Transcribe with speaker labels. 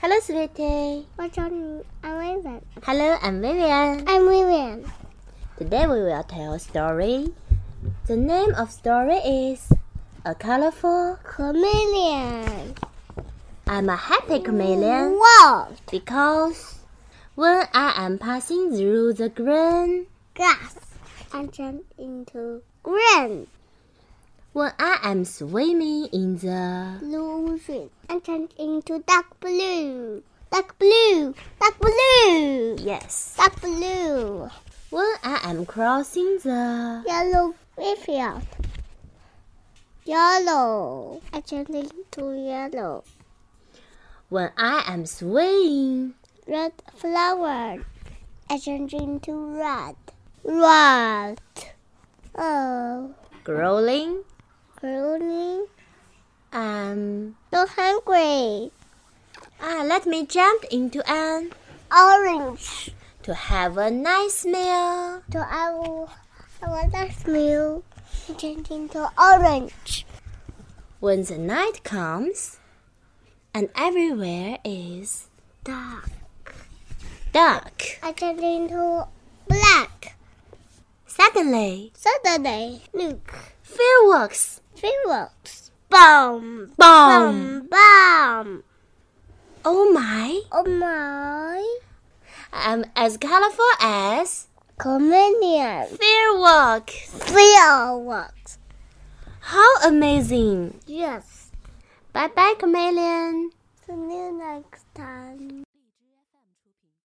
Speaker 1: Hello, sweetie.
Speaker 2: What's your name? I'm Vivian.
Speaker 1: Hello, I'm Vivian.
Speaker 2: I'm Vivian.
Speaker 1: Today we will tell a story. The name of story is A Colorful
Speaker 2: Chameleon.
Speaker 1: I'm a happy chameleon
Speaker 2: Wow.
Speaker 1: because when I am passing through the green,
Speaker 2: Grass. I turned into green.
Speaker 1: when I am swimming in the
Speaker 2: Blue ocean. I turned into dark blue. Dark blue. Dark blue.
Speaker 1: yes,
Speaker 2: Dark blue.
Speaker 1: when I am crossing the
Speaker 2: Yellow refill. Yellow. I turned into yellow.
Speaker 1: when I am swaying,
Speaker 2: Red flower. I turned into red. Red. Oh,
Speaker 1: growling,
Speaker 2: Rooney.
Speaker 1: um,
Speaker 2: So hungry.
Speaker 1: ah, let me jump into an
Speaker 2: Orange.
Speaker 1: to have a nice meal.
Speaker 2: So I will. I want that smell. I turned into orange.
Speaker 1: When the night comes, and everywhere is
Speaker 2: Dark.
Speaker 1: dark,
Speaker 2: I turned into black.
Speaker 1: suddenly
Speaker 2: Saturday. Look.
Speaker 1: fireworks,
Speaker 2: Fireworks. Boom.
Speaker 1: bomb!
Speaker 2: Boom. Boom.
Speaker 1: Oh my!
Speaker 2: Oh my.
Speaker 1: I'm as colorful as
Speaker 2: Chameleon.
Speaker 1: fireworks.
Speaker 2: Fireworks.
Speaker 1: How amazing!
Speaker 2: Yes.
Speaker 1: Bye bye, chameleon.
Speaker 2: See you next time.